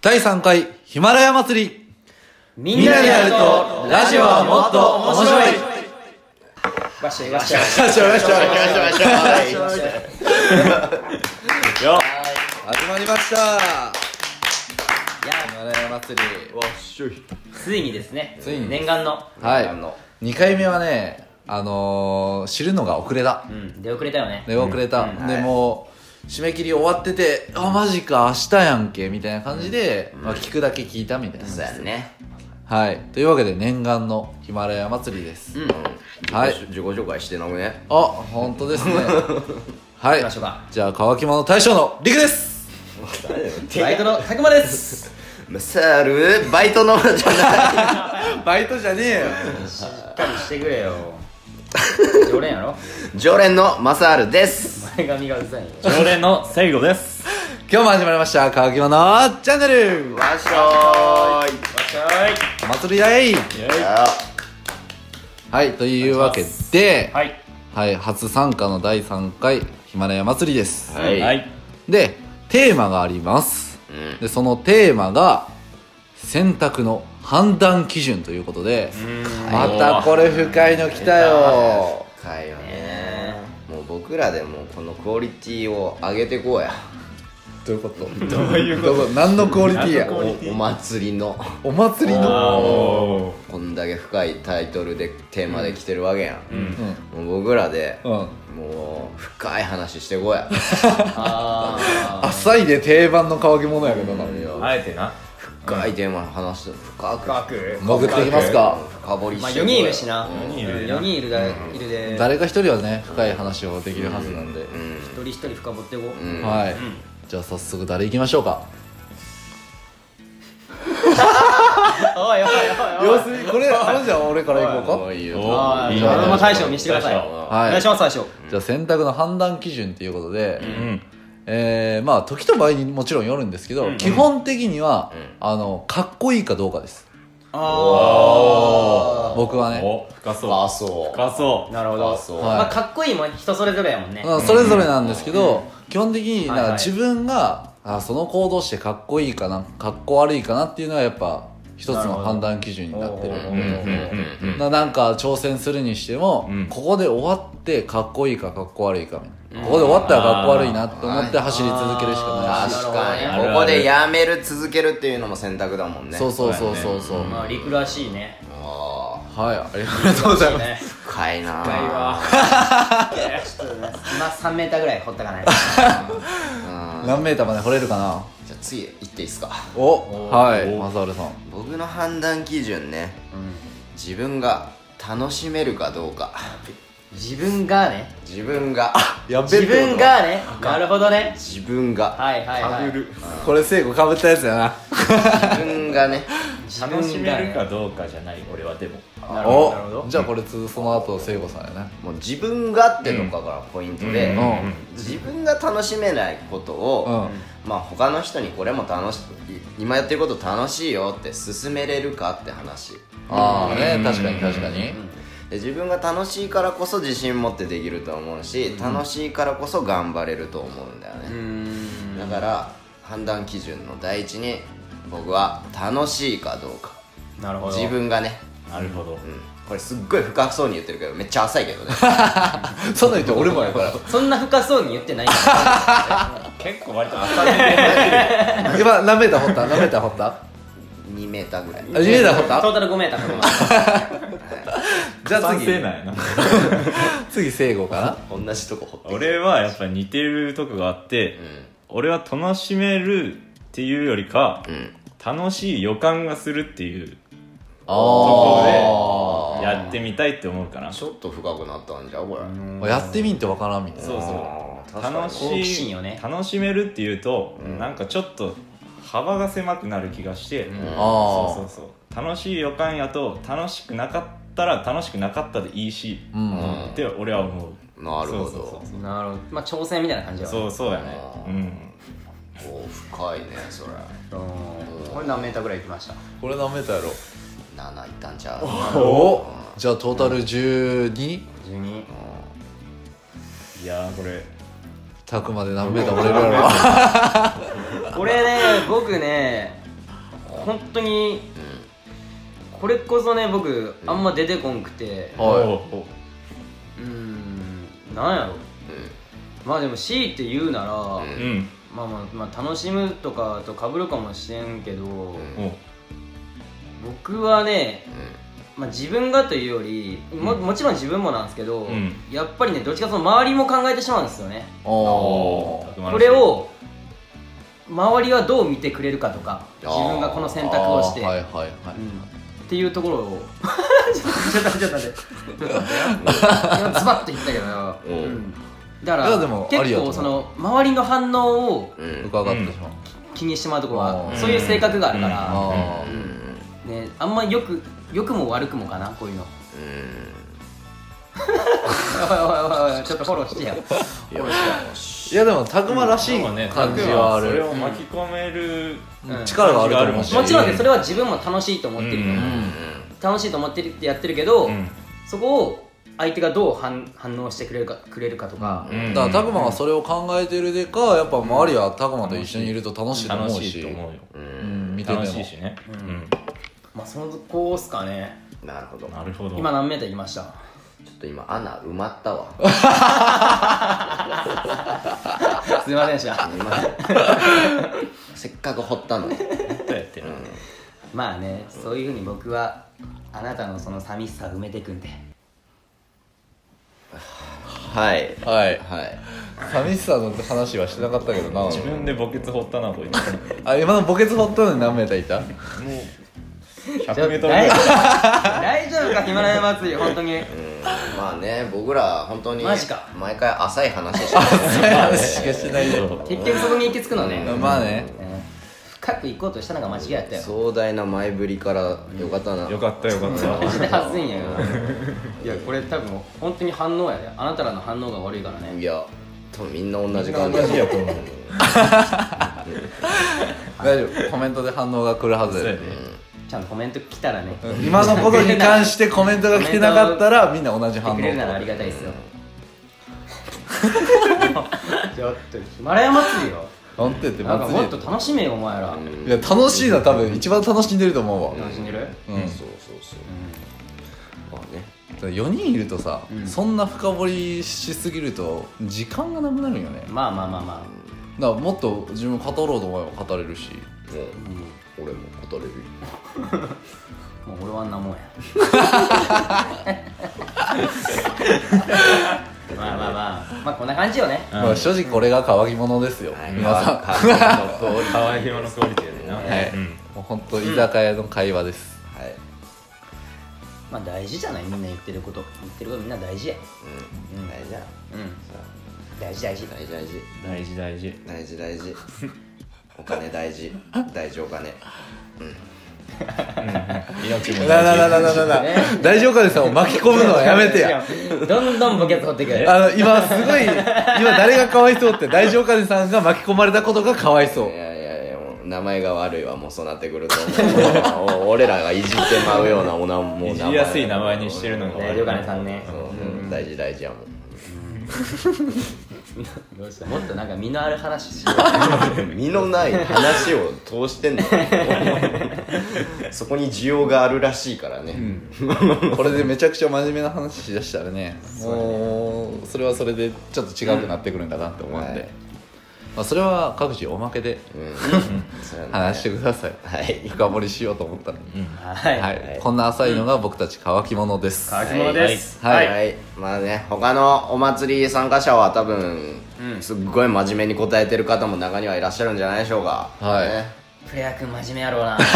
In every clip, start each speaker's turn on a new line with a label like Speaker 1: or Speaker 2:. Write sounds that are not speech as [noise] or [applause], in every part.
Speaker 1: 第3回ヒマラヤ祭り
Speaker 2: み
Speaker 1: みんなでやるとラジオはもっと面白い
Speaker 2: わっしょいわっしょい
Speaker 3: よ
Speaker 1: 始まりました
Speaker 2: いや
Speaker 1: ヒマラヤ祭り
Speaker 3: わっしょい
Speaker 2: ついにですね
Speaker 1: ついに
Speaker 2: 念願の
Speaker 1: はい
Speaker 3: あの
Speaker 1: 2回目はねあのー、知るのが遅れだ
Speaker 2: うん出遅れたよね
Speaker 1: 出遅れた、
Speaker 2: うんうん
Speaker 1: で
Speaker 3: はい
Speaker 1: もう締め切り終わっててあマジか明日やんけみたいな感じで、まあ、聞くだけ聞いたみたいな、
Speaker 3: そうやね
Speaker 1: はいというわけで念願のヒマラヤ祭りです、
Speaker 3: うん
Speaker 1: はい
Speaker 3: 自己紹介して飲むね
Speaker 1: あ本当 [laughs] ですねはい
Speaker 2: 行きましょうか
Speaker 1: じゃあ乾き物大将のりくです
Speaker 2: バイトのたくまです
Speaker 3: マサールバイトのじゃない
Speaker 1: バイトじゃねえよ
Speaker 2: しっかりしてくれよ常連やろ
Speaker 3: 常連のマサールです
Speaker 2: 前髪がうざいよ
Speaker 4: 常連の最後です
Speaker 1: 今日も始まりました乾き物チャンネル
Speaker 3: わっしょーい
Speaker 2: わっしょ
Speaker 1: お祭りだいはいというわけで
Speaker 2: い、はい
Speaker 1: はい、初参加の第3回ヒマラヤ祭りです、
Speaker 3: は
Speaker 4: はいい
Speaker 1: でテーマがあります
Speaker 3: うん
Speaker 1: でそのテーマが選択の判断基準ということでまたこれ深いの来たよ
Speaker 3: 深いよねもう僕らでもこのクオリティを上げてこうや
Speaker 1: どういうことどういうこと何のクオリティや
Speaker 3: おお祭りの
Speaker 1: お祭り
Speaker 4: あ
Speaker 1: の
Speaker 4: お
Speaker 3: こんだけ深いタイトルでテーマで来てるわけやん、
Speaker 1: うん
Speaker 3: もう僕らで、
Speaker 1: うん
Speaker 3: もう深い話してこうや
Speaker 2: あー
Speaker 1: 浅いで定番の乾き物やけどな
Speaker 4: あえてな
Speaker 3: 深いテーマの話す深く
Speaker 2: 深く
Speaker 1: 潜っていきますか
Speaker 3: 深掘り
Speaker 2: まあ
Speaker 3: して
Speaker 2: 4人いるしな
Speaker 3: うん
Speaker 4: 人いる
Speaker 2: 4人いるだいるで
Speaker 1: 誰か一人はね深い話をできるはずなんで、
Speaker 2: 一人一人深掘っていこ
Speaker 3: う
Speaker 2: うん
Speaker 1: はい、じゃあ早速誰行きましょうか
Speaker 2: おいおいおいおい
Speaker 1: するにこれあれじゃん俺から行こ
Speaker 3: もういいよ
Speaker 2: あ
Speaker 4: い
Speaker 2: ー
Speaker 4: いね
Speaker 2: 俺も大将見せてください
Speaker 4: 大将
Speaker 2: お
Speaker 1: はい
Speaker 2: 願いします大将
Speaker 1: じゃあ選択の判断基準ということで、
Speaker 4: うん
Speaker 1: えーまあ時と場合にもちろんよるんですけど、基本的には、あのかっこいいかどうかです
Speaker 2: あ
Speaker 1: 僕はね、
Speaker 4: お深そう
Speaker 3: あそう
Speaker 4: 深そ
Speaker 2: あなるほ
Speaker 3: あ
Speaker 2: ど
Speaker 3: そう
Speaker 1: はい
Speaker 2: まあかっこいいも人それぞれやもんね
Speaker 1: うんそれぞれなんですけど、基本的になん
Speaker 2: はい
Speaker 1: か
Speaker 2: はい
Speaker 1: 自分があその行動してかっこいいかなかっこ悪いかなっていうのはやっぱ一つの判断基準になってる
Speaker 2: なるほど
Speaker 4: ううんうんうん
Speaker 1: ななんか挑戦するにしても、
Speaker 4: うん
Speaker 1: ここで終わってかっこいいかかっこ悪いかみたいなここで終わったらかっこ悪いなと思って走り続けるしか
Speaker 2: あ
Speaker 1: ないし
Speaker 3: 確
Speaker 2: なる
Speaker 3: か
Speaker 4: ほど
Speaker 3: に
Speaker 4: ね
Speaker 3: ここでやめる続けるっていうのも選択だもんね
Speaker 1: そうそうそうそうそう、
Speaker 2: まあ陸らしいね
Speaker 3: あ
Speaker 1: はいありがとうございます
Speaker 2: ます
Speaker 3: ー深いな
Speaker 2: 深いわちょっとね今3メーターぐらい掘ったかない
Speaker 1: 何メーターまで掘れるかな
Speaker 3: じゃあ次行っていいっすか
Speaker 1: おはい
Speaker 4: お
Speaker 1: マサルさん
Speaker 3: 僕の判断基準ね自分が楽しめるかどうか
Speaker 2: 自分がね
Speaker 3: 自分が
Speaker 1: や
Speaker 2: 自分がねなるほどね
Speaker 3: 自分が
Speaker 2: はいはいはい
Speaker 1: これ聖子かぶったやつやな
Speaker 3: 自分
Speaker 2: [laughs]
Speaker 3: がね
Speaker 2: 自分が
Speaker 4: 楽
Speaker 2: ね
Speaker 4: しめるかどうかじゃない俺はでも
Speaker 2: なるほどなるほ
Speaker 1: お
Speaker 2: ど
Speaker 1: じゃあこれつその後聖子さんやね
Speaker 3: もう自分がってのがからポイントで、
Speaker 4: うん
Speaker 1: うん
Speaker 3: 自分が楽しめないことを、まあ他の人にこれも楽しい今やってること楽しいよって勧めれるかって話で
Speaker 1: ああね確かに確かに
Speaker 3: 自分が楽しいからこそ自信持ってできると思うし、楽しいからこそ頑張れると思うんだよ
Speaker 2: うー
Speaker 3: ね、
Speaker 2: ん
Speaker 3: だから判断基準の第一に僕は楽しいかどうか
Speaker 2: なるほど
Speaker 3: 自分がね、
Speaker 4: なるほど
Speaker 3: うん、これすっごい深そうに言ってるけどめっちゃ浅いけどね [laughs]
Speaker 1: そんなん言って俺もやから [laughs]
Speaker 2: そんな深そうに言ってないから
Speaker 4: 結構割と浅め
Speaker 1: 今何メーター掘った何メーター掘ったあ
Speaker 3: 2メーターぐらい
Speaker 1: 2メーター
Speaker 2: [laughs]
Speaker 1: 掘った
Speaker 2: トータル5メーター
Speaker 1: じゃあ
Speaker 4: 賛
Speaker 1: 次
Speaker 4: 成なんやな
Speaker 1: 次聖子かな
Speaker 3: 同じとこ掘ってきた
Speaker 4: 俺はやっぱ似てるとこがあって
Speaker 3: うん
Speaker 4: 俺は楽しめるっていうよりか
Speaker 3: うん
Speaker 4: 楽しい予感がするっていう
Speaker 1: あ
Speaker 4: やってみたいって思うかな
Speaker 3: ちょっと深くなったんじゃんこ
Speaker 1: あ
Speaker 3: れ
Speaker 1: やってみんとわからんみたいな
Speaker 4: そうそう
Speaker 3: 確かに
Speaker 4: 楽
Speaker 2: 好奇
Speaker 4: し
Speaker 2: 心
Speaker 4: い
Speaker 2: よね
Speaker 4: 楽しめるっていうと、なんかちょっと幅が狭くなる気がして、
Speaker 1: あー
Speaker 4: そうそうそう楽しい予感やと楽しくなかったら楽しくなかったでいいし、
Speaker 1: うん
Speaker 4: って俺は思う
Speaker 3: なるほ
Speaker 4: そうそう
Speaker 3: ど
Speaker 4: そう
Speaker 2: なるほどまあ挑戦みたいな感じだ
Speaker 4: そうそうやね
Speaker 3: あー
Speaker 4: うん
Speaker 3: おー深いねそれ
Speaker 2: これ何メーターぐらい行きました
Speaker 1: これ何メーターやろ
Speaker 3: 7いったんちゃう
Speaker 1: おじゃあトータル 12?
Speaker 2: 12
Speaker 4: いやーこれ
Speaker 1: [laughs] たくまで何メーター掘れるやろ
Speaker 2: これね僕ね本当にこれこそね僕あんま出てこんくて
Speaker 1: は
Speaker 2: うーんなんやろまあでも強いて言うなら
Speaker 4: いうん
Speaker 2: まあまあまあ楽しむとかとかぶるかもしれんけど
Speaker 4: お
Speaker 2: 僕はねまあ、自分がというよりももちろん自分もなんですけど、
Speaker 4: うん
Speaker 2: やっぱりねどっちかその周りも考えてしまうんですよね
Speaker 1: いおー
Speaker 4: たくましい
Speaker 2: これを周りはどう見てくれるかとか
Speaker 3: あー
Speaker 2: 自分がこの選択をして、
Speaker 1: あーはいはいはい
Speaker 2: うんっていうところをちょっと待ってちょっと待ってちょっと待って今ズバッと言ったけど、
Speaker 3: うん
Speaker 2: うんだか
Speaker 1: いや
Speaker 2: ら
Speaker 1: でもあり
Speaker 2: 結
Speaker 1: やと思
Speaker 2: 構
Speaker 1: う
Speaker 2: その周りの反応を
Speaker 3: うん
Speaker 1: 伺ってしまう
Speaker 2: 気にしてしまうところ
Speaker 1: あ
Speaker 2: は
Speaker 1: ー
Speaker 2: そういう性格があるか
Speaker 4: う
Speaker 2: ら、
Speaker 1: あ
Speaker 3: う
Speaker 1: ー
Speaker 3: ん
Speaker 2: ね、あんまよく良くも悪くもかなこういうのおいおいおいおいちょっとフォロー [laughs] してや
Speaker 1: いやでもたくまらしい
Speaker 4: なんかね
Speaker 1: 感じはあ
Speaker 4: それ
Speaker 1: る
Speaker 4: を巻き込める
Speaker 2: うん
Speaker 1: 力があると思うし
Speaker 2: もちろんねそ
Speaker 1: れ
Speaker 2: れは自分も楽しいと思ってるよ、
Speaker 4: うん
Speaker 2: 楽しいと思ってるってやってるけど、
Speaker 4: うん
Speaker 2: そこを相手がどう反反応してくれるかくれるかとか、
Speaker 4: うん
Speaker 1: だからたくまがそれを考えてるでかやっぱ周りはたくまと一緒にいると楽しいと
Speaker 4: 楽
Speaker 1: 思う
Speaker 4: しい
Speaker 1: し
Speaker 4: と思うよ
Speaker 1: うん見てても
Speaker 4: 楽しいしねうん
Speaker 2: まあそのこっすかね
Speaker 3: なるほどちょ
Speaker 4: なるほど
Speaker 2: 今何メーターいました
Speaker 3: っと今穴埋まった [laughs] わ
Speaker 2: すいませんでした
Speaker 3: 埋まったせっかく掘ったのに
Speaker 4: どうやってな
Speaker 2: まあねそういうふうに僕はあなたのその寂しさを埋めていくんで
Speaker 3: はい
Speaker 1: はい
Speaker 3: はい
Speaker 1: 寂しさの話はしてなかったけどな
Speaker 4: 自分で墓穴掘ったなこいつ
Speaker 1: あ今の墓穴掘ったのに何メーターいた
Speaker 4: もう
Speaker 2: ちょ
Speaker 4: 100メ
Speaker 2: 大
Speaker 4: ートルぐらい
Speaker 2: 丈夫大丈夫かヒマラヤ祭り本当に
Speaker 3: まあね僕ら本当に
Speaker 2: マジか
Speaker 3: 毎回浅い話してますね
Speaker 1: 話しかしてないよ
Speaker 4: そう
Speaker 2: 結局そこに行き着くのね、
Speaker 1: [laughs] まあね
Speaker 2: うん深く行こうとしたのが間違いやったよ
Speaker 3: [laughs] 壮大な前振りからよかったな
Speaker 4: よかったよかった
Speaker 2: マジで恥ずいんやよいやこれ多分本当に反応やであなたらの反応が悪いからね
Speaker 3: いや多分みんな同じ感じ
Speaker 4: みんな同じやと思う
Speaker 1: 大丈夫コメントで反応が来るはず
Speaker 4: そう
Speaker 1: だ
Speaker 4: や
Speaker 1: よ
Speaker 4: ね
Speaker 2: ちゃんとコメント来たらね
Speaker 1: 今のことに関してコメントが来てなかったらみんな同じ
Speaker 2: 来て
Speaker 1: 反応
Speaker 2: くれるならありがたいっ [laughs] すよちょっとヒマラヤ祭りよ
Speaker 1: なんて言って
Speaker 2: なんかもっ
Speaker 1: 祭
Speaker 2: と楽しめよお前ら、
Speaker 1: りいや楽しいな多分一番楽しんでると思うわ
Speaker 2: 楽しんでる
Speaker 1: うん
Speaker 3: そうそうそう、まあね
Speaker 1: 4人いるとさ、
Speaker 2: うん
Speaker 1: そんな深掘りしすぎると時間がなくなるよね
Speaker 2: まあまあまあま
Speaker 1: だからもっと自分語ろうと思えば語れるし
Speaker 3: もう俺も語れる
Speaker 2: あもう俺はあんなもん [laughs] やまあまあまあまあこんな感じよね
Speaker 4: うん
Speaker 1: まあ、正直これが乾き物ですよ、皆さんは、
Speaker 4: かわいいものクオリティやでなはいうん
Speaker 1: もう本当居酒屋の会話です、
Speaker 3: はい
Speaker 2: まあ大事じゃないみんな言ってること言ってることみんな大事や
Speaker 3: うん大事だ
Speaker 2: うん大事大事
Speaker 3: 大事大事
Speaker 4: 大事大事
Speaker 3: 大事大 [laughs] 事お金大事大事お [laughs] 金
Speaker 4: 命も
Speaker 1: な
Speaker 4: 大
Speaker 1: なな
Speaker 4: 事
Speaker 1: なななな、大丈夫かでさんを巻き込むのはやめてや
Speaker 2: どんどんボケツ掘ってくる
Speaker 1: あの今すごい今誰がかわいそうって大丈夫かでさんが巻き込まれたことがかわいそう
Speaker 3: いやいやいやもう名前が悪いわもうそうなってくると思う [laughs] お俺らがいじってまうようなおなもう名前
Speaker 4: いじりやすい名前にしてるのが
Speaker 2: ね
Speaker 4: 悪い
Speaker 2: りょうかねさんね
Speaker 3: そううん大事大事やもん
Speaker 2: どうしたもっとなんか身のある話しよ
Speaker 3: [laughs] 身のない話を通して [laughs] んのそこに需要があるらしいからね、
Speaker 1: これでめちゃくちゃ真面目な話しだしたらねもうそれはそれでちょっと違くなってくるんだなって思うんで、
Speaker 3: うんはい
Speaker 1: まあ、それは各自おまけで
Speaker 3: [laughs] うんそうやね
Speaker 1: 話してください、
Speaker 3: はい
Speaker 1: 深掘りしようと思ったのに、
Speaker 2: うはい
Speaker 1: はいこんな浅いのが僕たち乾き物です、
Speaker 2: 乾き物です
Speaker 1: は
Speaker 3: はいい、はいまあね他のお祭り参加者は多分、すっごい真面目に答えてる方も中にはいらっしゃるんじゃないでしょうか
Speaker 1: はい
Speaker 3: ね
Speaker 2: プレア君真面目やろうな
Speaker 4: 絶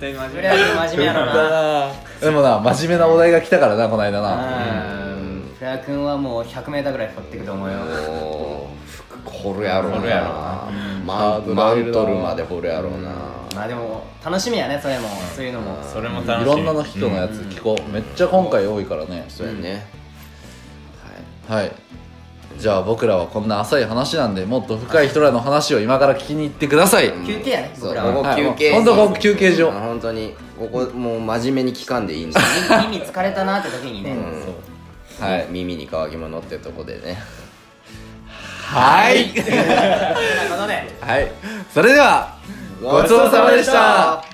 Speaker 4: 対真
Speaker 2: プレ
Speaker 4: 面目
Speaker 2: ア君真面目やろうな
Speaker 1: でもな真面目なお題が来たからなこの間な
Speaker 2: うんプレア君はもう 100m ぐらい掘っていくと思うよ
Speaker 3: もう掘るやろうな
Speaker 4: 掘るやろう
Speaker 1: ハ
Speaker 3: マ
Speaker 1: ード
Speaker 3: ン
Speaker 1: ル
Speaker 3: マ
Speaker 1: 上げ
Speaker 3: ン
Speaker 1: るな
Speaker 3: トルまで掘るやろうな、
Speaker 2: まあでも楽しみやねそれもそういうのも
Speaker 4: それも楽し
Speaker 1: いろ
Speaker 4: み
Speaker 1: んなの人のやつ聞こう、めっちゃ今回多いからね
Speaker 3: そうやね、
Speaker 1: はいじゃあ僕らはこんな浅い話なんでもっと深い人らの話を今から聞きに行ってください、
Speaker 2: 休憩やね
Speaker 3: そ
Speaker 2: 僕
Speaker 3: うこ
Speaker 2: らは
Speaker 3: こ休憩
Speaker 1: はいもうほんとここ休憩所
Speaker 3: うん本当にここもう真面目に聞かんでいいんですよ
Speaker 2: 耳疲れたなって時にね
Speaker 4: そう
Speaker 1: はい
Speaker 3: 耳に乾き物ってとこでね
Speaker 1: はい
Speaker 2: そんなことで
Speaker 1: はい。それでは、ごちそうさまでした。